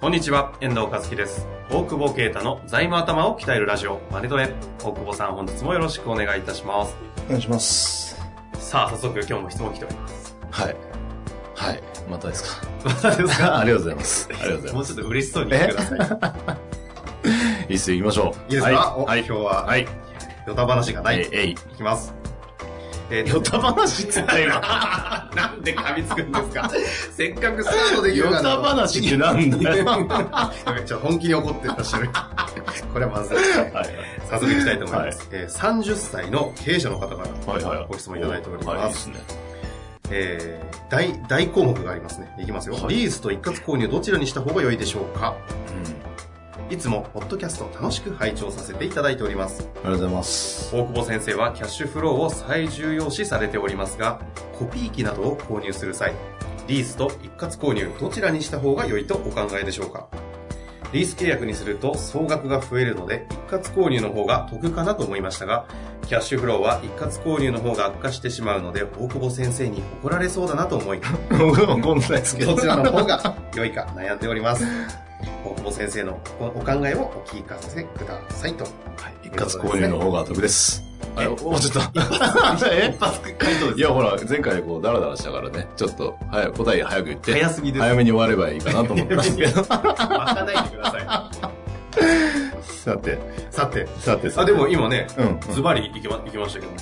こんにちは、遠藤和樹です。大久保啓太の財務頭を鍛えるラジオ、マネトレ。大久保さん、本日もよろしくお願いいたします。お願いします。さあ、早速今日も質問来ており ます。はい。はい。またですか。またですかありがとうございます。ありがとうございもまうす。ちょっと嬉しそうに言ってください。いいっすよ、行きましょう。いいですか、はおはい今日は、はい。ヨタ話がない。えいえいいきます。えーヨタ話っつったよ今。 なんで噛みつくんですか せっかくスタートできるヨかな。タ話 ってなんだよ。ちょっと本気に怒ってらっしゃる。これはまずいですね。はい。早速いきたいと思います。えー30歳の経営者の方からはいはい。ご質問いただいております。はい、いいっすね。えー大、大項目がありますね。いきますよ。はいリースと一括購入どちらにした方が良いでしょうかうん。いつも、ポッドキャストを楽しく拝聴させていただいております。ありがとうございま す。大久保先生はキャッシュフローを最重要視されておりますが、コピー機などを購入する際、リースと一括購入どちらにした方が良いとお考えでしょうかリース契約にすると総額が増えるので、一括購入の方が得かなと思いましたが、キャッシュフローは一括購入の方が悪化してしまうので、大久保先生に怒られそうだなと思い、僕もこんないですけど。どちらの方が良いか悩んでおります。大久保先生のお考えをお聞かせくださいと。一括購入の方が得です。あれ、もうちょっと。 え発回答いや、ほら、前回こう、ダラダラしたからね、ちょっと、早く、答え早く言って、早すぎです。早めに終わればいいかな と思ったんですけど。待たないでくだささて、い。さて。さてさて。あ、でも、今ね、うん。ズバリいきまいきましたけども。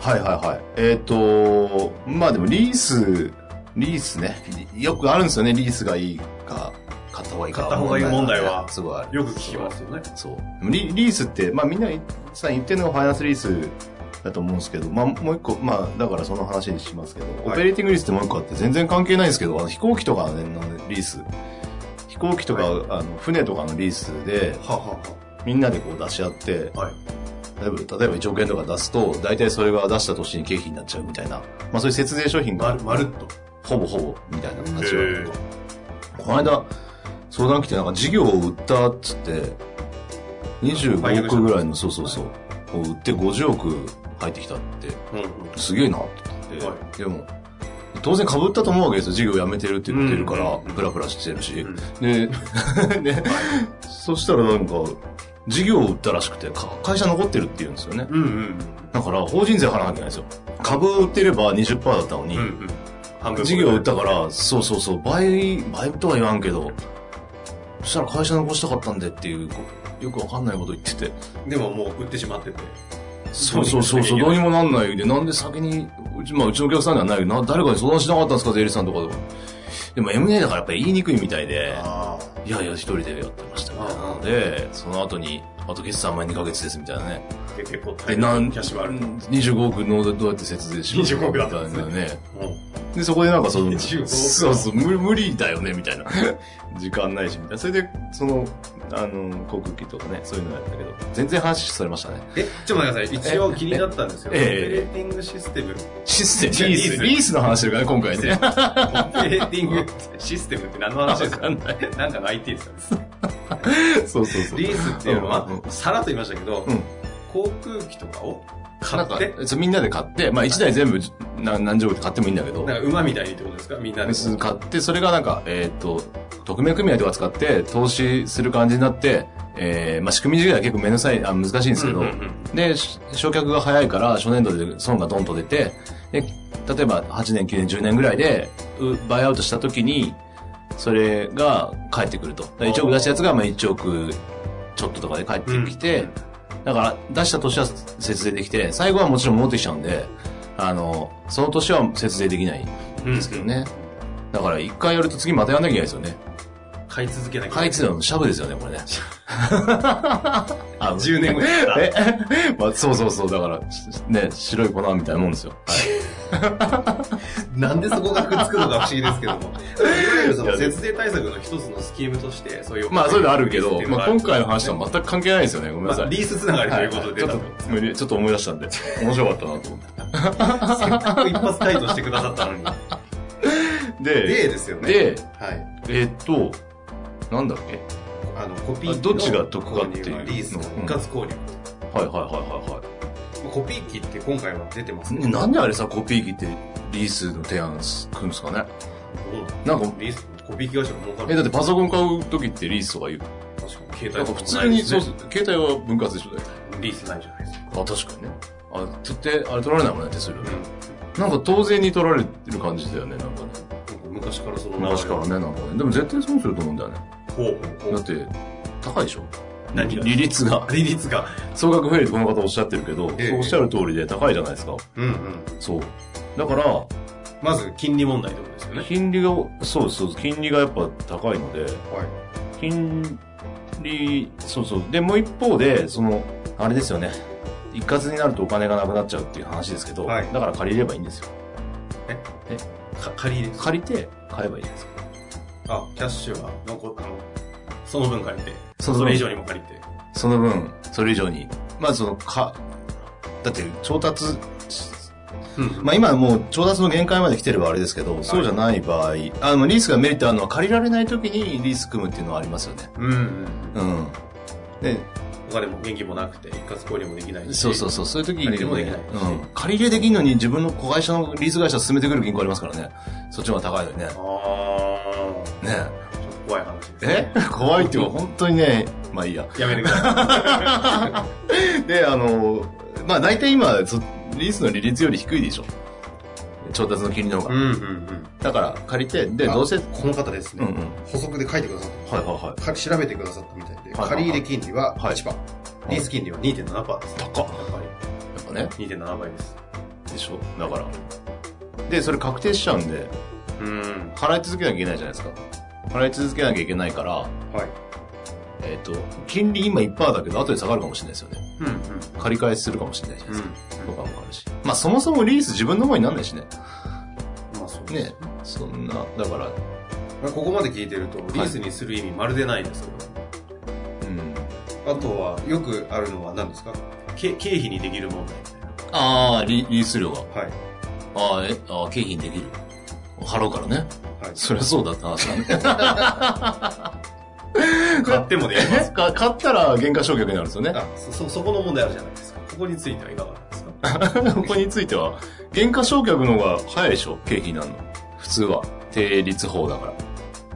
はいはいはい。えっ、と、まあでもリース、リースね。よくあるんですよね。リースがいいか、買った方がいいか。買った方がいい問題はすごいある。よく聞きますよね。そう。でもリリースって、まあみんなさ、言ってるのがファイナンスリースだと思うんですけど、まあもう一個、まあだからその話にしますけど、いオペレーティングリースってもう一個あって全然関係ないんですけど、あの飛行機とかのね、のリース。飛行機とか、あの船とかのリースで、ははみんなでこう出し合って、は。はい。例えば、例えば1億円とか出すと、大体それが出した年に経費になっちゃうみたいな。まあそういう節税商品まがる、まるっと。ほぼほぼみたいな感じへがーこの間、相談来てなんか事業を売ったっつって、25億ぐらいの、そうそうそう、を売って50億入ってきたって、うんうん。すげえなって思って、はでも、当然被ったと思うわけですよ。事業辞めてるって言ってるかうんらうんうん、プラプラしてるし。うんで、 ね、そしたらなんか、事業を売ったらしくて、か会社残ってるって言うんですよね。うんうんだから、法人税払わなきゃいけないんですよ。株を売ってれば20%だったのうに、ん。うんうん。半分。事業を売ったから、そうそうそう、倍、倍とは言わんけど、そしたら会社残したかったんでっていう、こうよくわかんないこと言ってて、でももう売ってしまってて。そうそうそうそう、どうにもなんないで、なんで先に、うち,、まあ、うちのお客さんではないけど、な誰かに相談しなかったんですか、税理士さんとかでも。でも M&A だからやっぱり言いにくいみたいで、あいやいや、一人でやってましたみたいなあので、その後に、あと決算前2ヶ月ですみたいなね。あ。で、結構で、大な変ん、キャッシュはある。 25億のどうやって節税しよう25億だみったたんでいすねなね。うんで、そこでなんかその、 15億そうそう、無無理だよね、みたいな。 時間ないし、みたいな。それで、その、あの、航空機とかね、そういうのやったけど、全然話されましたね。え、ちょっと待ってください。一応気になったんですよ。オえペえレーティングシステム。システじゃあム、リーリース、スリースの話だからね、今回ね。オペレーティングシステムって何の話ですかわかんなんかの IT ですかね そうそうそう。リースっていうのはうんう、んさらっと言いましたけどうん、航空機とかを買なっんかて、そうみんなで買って、まあ一台全部、な何十億で買ってもいいんだけどな、んか馬みたいにってことですかみんなでこう。買って、それがなんか、えーっと、匿名組合とか使って、投資する感じになって、えー、まあ仕組み自体は結構めんどくさい、あ難しいんですけど、うんうんうんで、し焼却が早いから、初年度で損がドンと出て、で、例えば8年、9年、10年ぐらいで、うバイアウトした時に、それが返ってくると。だから1億出したやつが、まあ1億ちょっととかで返ってきて、だから出した年は節税できて、最後はもちろん戻ってきちゃうんで、あの、その年は節税できないんうんですけどね。だから一回やると次またやんなきゃいけないですよね。買い続けなきゃ買いつのシャブですよね、これ ね。あ10年後に。え、 まあ、そうそうそう、だから、ね、白い粉みたいなもんですよ。なんでそこがくっつくのか不思議ですけども。いわゆ るその節税対策の一つのスキームとして、そういう。まあ、そういうのあるけど、まあ、今回の話とも。は全く関係ないですよね。ごめんなまさあ、い。リースつながりということで、はいはいちょっと無理、ちょっと思い出したん で、面白かったなと思って。せっかく一発退場してくださったの に。で、例ですよね。で、はい。えーっと、なんだっけあの、コピー機のあどっちが得かっていう購入はリースの一括購入。はいはいはいはいはコピー機って今回は出てますね。い。なんであれさ、コピー機ってリースの提案すくんですかねうんなんか、リース、コピー機会社が儲かる。え、だってパソコン買う時ってリースとか言う。確かに携なん帯とか普か通ないに、ですそねうそう携帯は分割でしょだよ。リースないじゃないですか。あ、確かにね。あ、つって、あれ取られないもんね、手数料うねん。なんか当然に取られてる感じだよね、なんかね。なんか昔からその昔からね、なんかね。でも絶対損すると思うんだよね。ほうほうだほうって、高いでしょ何が利率 が。利率が総額増えるってこの方おっしゃってるけど、ええそうおっしゃる通りで高いじゃないですか。うんうんそう。だから、まず金利問題ってことですよね金利が、そうそう、金利がやっぱ高いので、はい金利、そうそう。で、もう一方で、その、あれですよね。一括になるとお金がなくなっちゃうっていう話ですけど、はいだから借りればいいんですよ。か借り入れ借りて買えばいいじゃないですか。あキャッシュは残あのその分借りてその分それ以上にも借りてその分、それ以上に。まあその、か、だって調達、うんまあ今もう調達の限界まで来てればあれですけど、そうじゃない場合、あの、リースがメリットあるのは借りられない時にリース組むっていうのはありますよね。うんうんうん。で、お金も現金もなくて一括購入もできないしそうそうそう、そういう時に、借り入れもできないうん。借り入れできるのに自分の子会社のリース会社進めてくる銀行ありますからね。そっちの方が高いのにね。ああね ちょっと怖い話ですえね怖いっていうか、本当にね、まあいいや。やめてくださで、あの、まあ大体今、そリースの利率より低いでしょ。調達の金利の方 いが。んうんうんだから借りて、で、あどうせ、この方ですねうんうん補足で書いてくださったはいはいはい。か調べてくださったみたいではい借り入れ金利ははい1%リース金利は2.7%です高やっっ。ぱりやっぱね。 2.7倍ですでしょだから。で、それ確定しちゃうんで、うん払い続けなきゃいけないじゃないですか。払い続けなきゃいけないから、はいえっ、と、金利今1%だけど、後で下がるかもしれないですよね。うんうん借り返しするかもしれないじゃないですか。うとんかもあるし。まあそもそもリース自分のものになんないしね。まあそうですね。そんな、だから、まあここまで聞いてるとリースにする意味まるでないですけど、うん。あとはよくあるのは何ですかけ経費にできる問題みたいなああ、リリース料が。はいああ、え、ああ、経費にできる。払うからね。はいそりゃそうだって 話だね。買ってもでき ますか買ったら原価償却になるんですよ ね。あそそそこの問題あるじゃないですかここについてはいかがなんですかここについては、原価償却の方が早いでしょ経費になるの。普通は。定率法だから。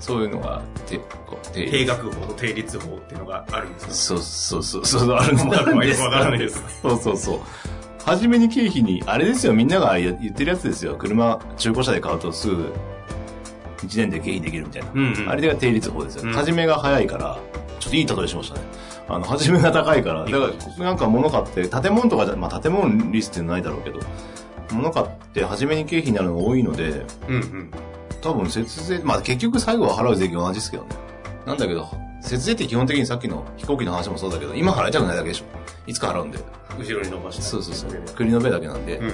そういうのが、て、こう、定定額法と定率法っていうのがあるんですそうそうそう、そう、あるんよくわからないでですすわからないです そうそうそう。はじめに経費に、あれですよ、みんなが言ってるやつですよ。車、中古車で買うとすぐ、1年で経費できるみたいな。うん、うん、あれが定率法ですよ。うんはじめが早いから、ちょっといい例えしましたね。あの、はじめが高いから、だから、なんか物買って、建物とかじゃ、まあ建物リスってないだろうけど、物買って、はじめに経費になるのが多いので、うんうん多分節税、まあ結局最後は払う税金は同じですけどね。なんだけど、節税って基本的にさっきの飛行機の話もそうだけど、今払いたくないだけでしょ。いつか払うんで。後ろに伸ばしてそうそうそう。国のべだけなんで。うん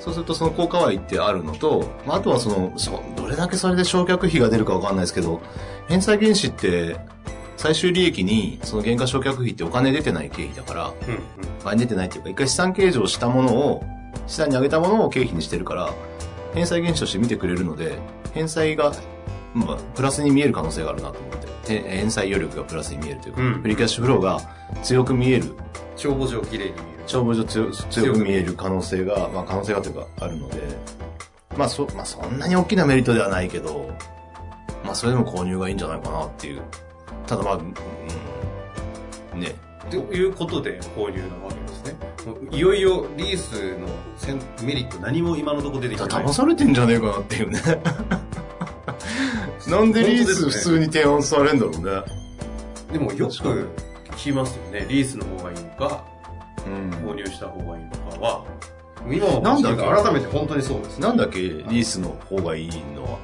そうするとその効果は一定あるのと、まあ、あとはその、そどれだけそれで償却費が出るかわかんないですけど、返済原資って、最終利益にその原価償却費ってお金出てない経費だから、うん前に出てないっていうか、一回資産計上したものを、資産に上げたものを経費にしてるから、返済原資として見てくれるので、返済が、まあ、プラスに見える可能性があるなと思って、へ返済余力がプラスに見えるというか、うんフリーキャッシュフローが強く見える帳簿上綺麗に見える帳簿上強強く見える可能性が、まあ、可能性がというかあるので、まあそまあ、そんなに大きなメリットではないけど、まあ、それでも購入がいいんじゃないかなっていう。ただまあ、うん、ね。ということで購入なわけですね。もういよいよリースのせんメリット何も今のところ出てきてだない。騙されてんじゃねえかなっ ていうね。なんでリー本当ス普です通に提案されんだろうね。でもよく確かに聞きますよね。リースの方がいいのか、うん購入した方がいいのかは、今なんだは改めて本当にそうですね。なんだっけ、リースの方がいいのは。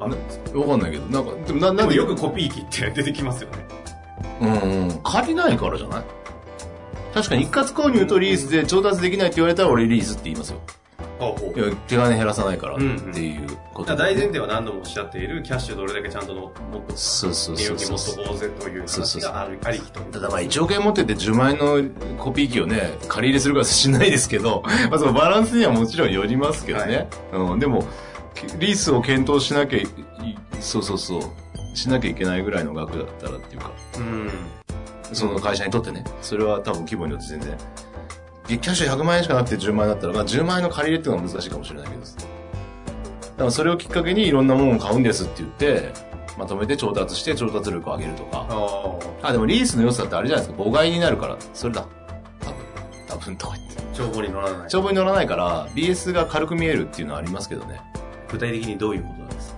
ああるんですかわかんないけど、なんか、でもな、でなんもでよくコピー機って出てきますよね。うんうん。借りないからじゃない確かに一括購入とリースで調達できないって言われたら俺リースって言いますよ。ほうほういや手金減らさないからっうんうんていうこじゃとあ大前提は何度もおっしゃっているキャッシュどれだけちゃんとの持っとくかそうそう現そう金持っそとう。こうぜというそう話そうそうがあるありきとただまあ1億円持ってて10万円のコピー機をね、借り入れするかはしないですけど、 まあそのバランスにはもちろんよりますけどね。うん、でも、リースを検討しなきゃい、そうそうそう、しなきゃいけないぐらいの額だったらっていうか。うん。その会社にとってね。それは多分規模によって全然。でキャッシュ100万円しかなくて10万円だったら、まあ、10万円の借り入れっていうのは難しいかもしれないけど。だからそれをきっかけにいろんなものを買うんですって言って、まとめて調達して調達力を上げるとあか。あ、あ、でもリースの良さってあれじゃないですか。妨害になるから。それだ。多分。多分とか言って。帳簿に乗らない。帳簿に乗らないから、BS が軽く見えるっていうのはありますけどね。具体的にどういうことなんですか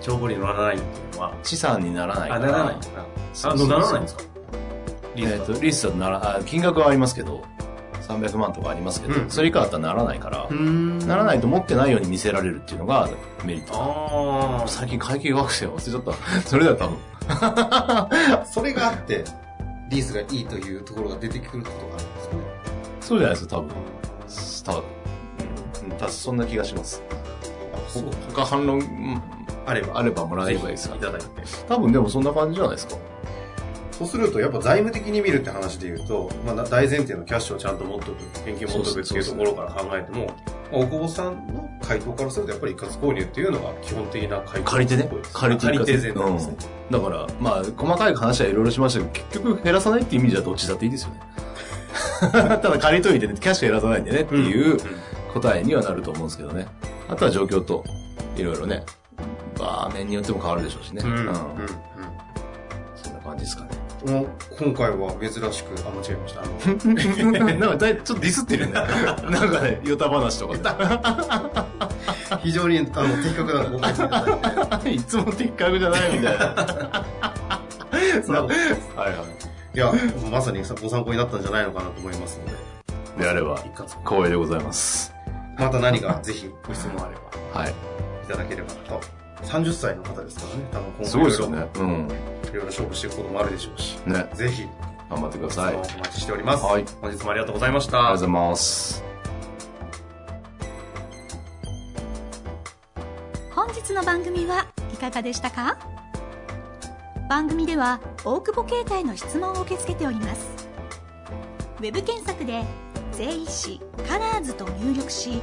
帳簿に乗らないっていうのは、資産にならないかあ、ら。ならない。そあ、うそうそ乗うらないんですかえーと、リースはなら、あ金額はありますけど、300万とかありますけど、うんそれ以下だったらならないから、んならないと持ってないように見せられるっていうのがメリット。あ最近会計学生忘れちゃった。 それだよ、多分。あ。それがあって、リースがいいというところが出てくることがあるんですかね。 そうじゃないですか、多分。多分。うん、多分そんな気がします。あ、そほうか。他反論うんあれば。あればもらえればいいですぜかひいただいて。多分でもそんな感じじゃないですか。そうすると、やっぱ財務的に見るって話で言うと、まあ、大前提のキャッシュをちゃんと持っとく、現金持っとくっていうところから考えても、まあ、大久保さんの回答からすると、やっぱり一括購入っていうのが基本的な回答借りてねそうです借りて借り手前提ですね。だから、まあ、細かい話はいろいろしましたけど、結局減らさないって意味じゃどっちだっていいです よね。ただ借りといてね、キャッシュ減らさないんでねっていう答えにはなると思うんですけどね。あとは状況と、いろいろね、場面によっても変わるでしょうしね。うん。うん。うん。そんな感じですかね。 うんもう今回は珍しく、あ、間違えました。あの、なんかだい、ちょっとディスってるね。 なんかね、ヨタ話とか非常に、あの、的確なご回答いただいてで。 いつも的確じゃないみたいな。そんなことないです はいはいや、まさにさご参考になったんじゃないのかなと思いますので、い。であれば一、括購入光栄でございます。また何か、ぜひ、ご質問あれば。はい。いただければなと。30歳の方ですからね、多分今すごい後ですよね。うん。いろいろ勝負していくこともあるでしょうし、ね。ぜひ、頑張ってくだ質さい。問ありおがとう待ちしております。はい本日もありがとうございましごたざ。います。本日の番組はいかがでしたか番組では大久保携帯の質問を受け付けておりますウェブ検索で「税理士カラーズと入力し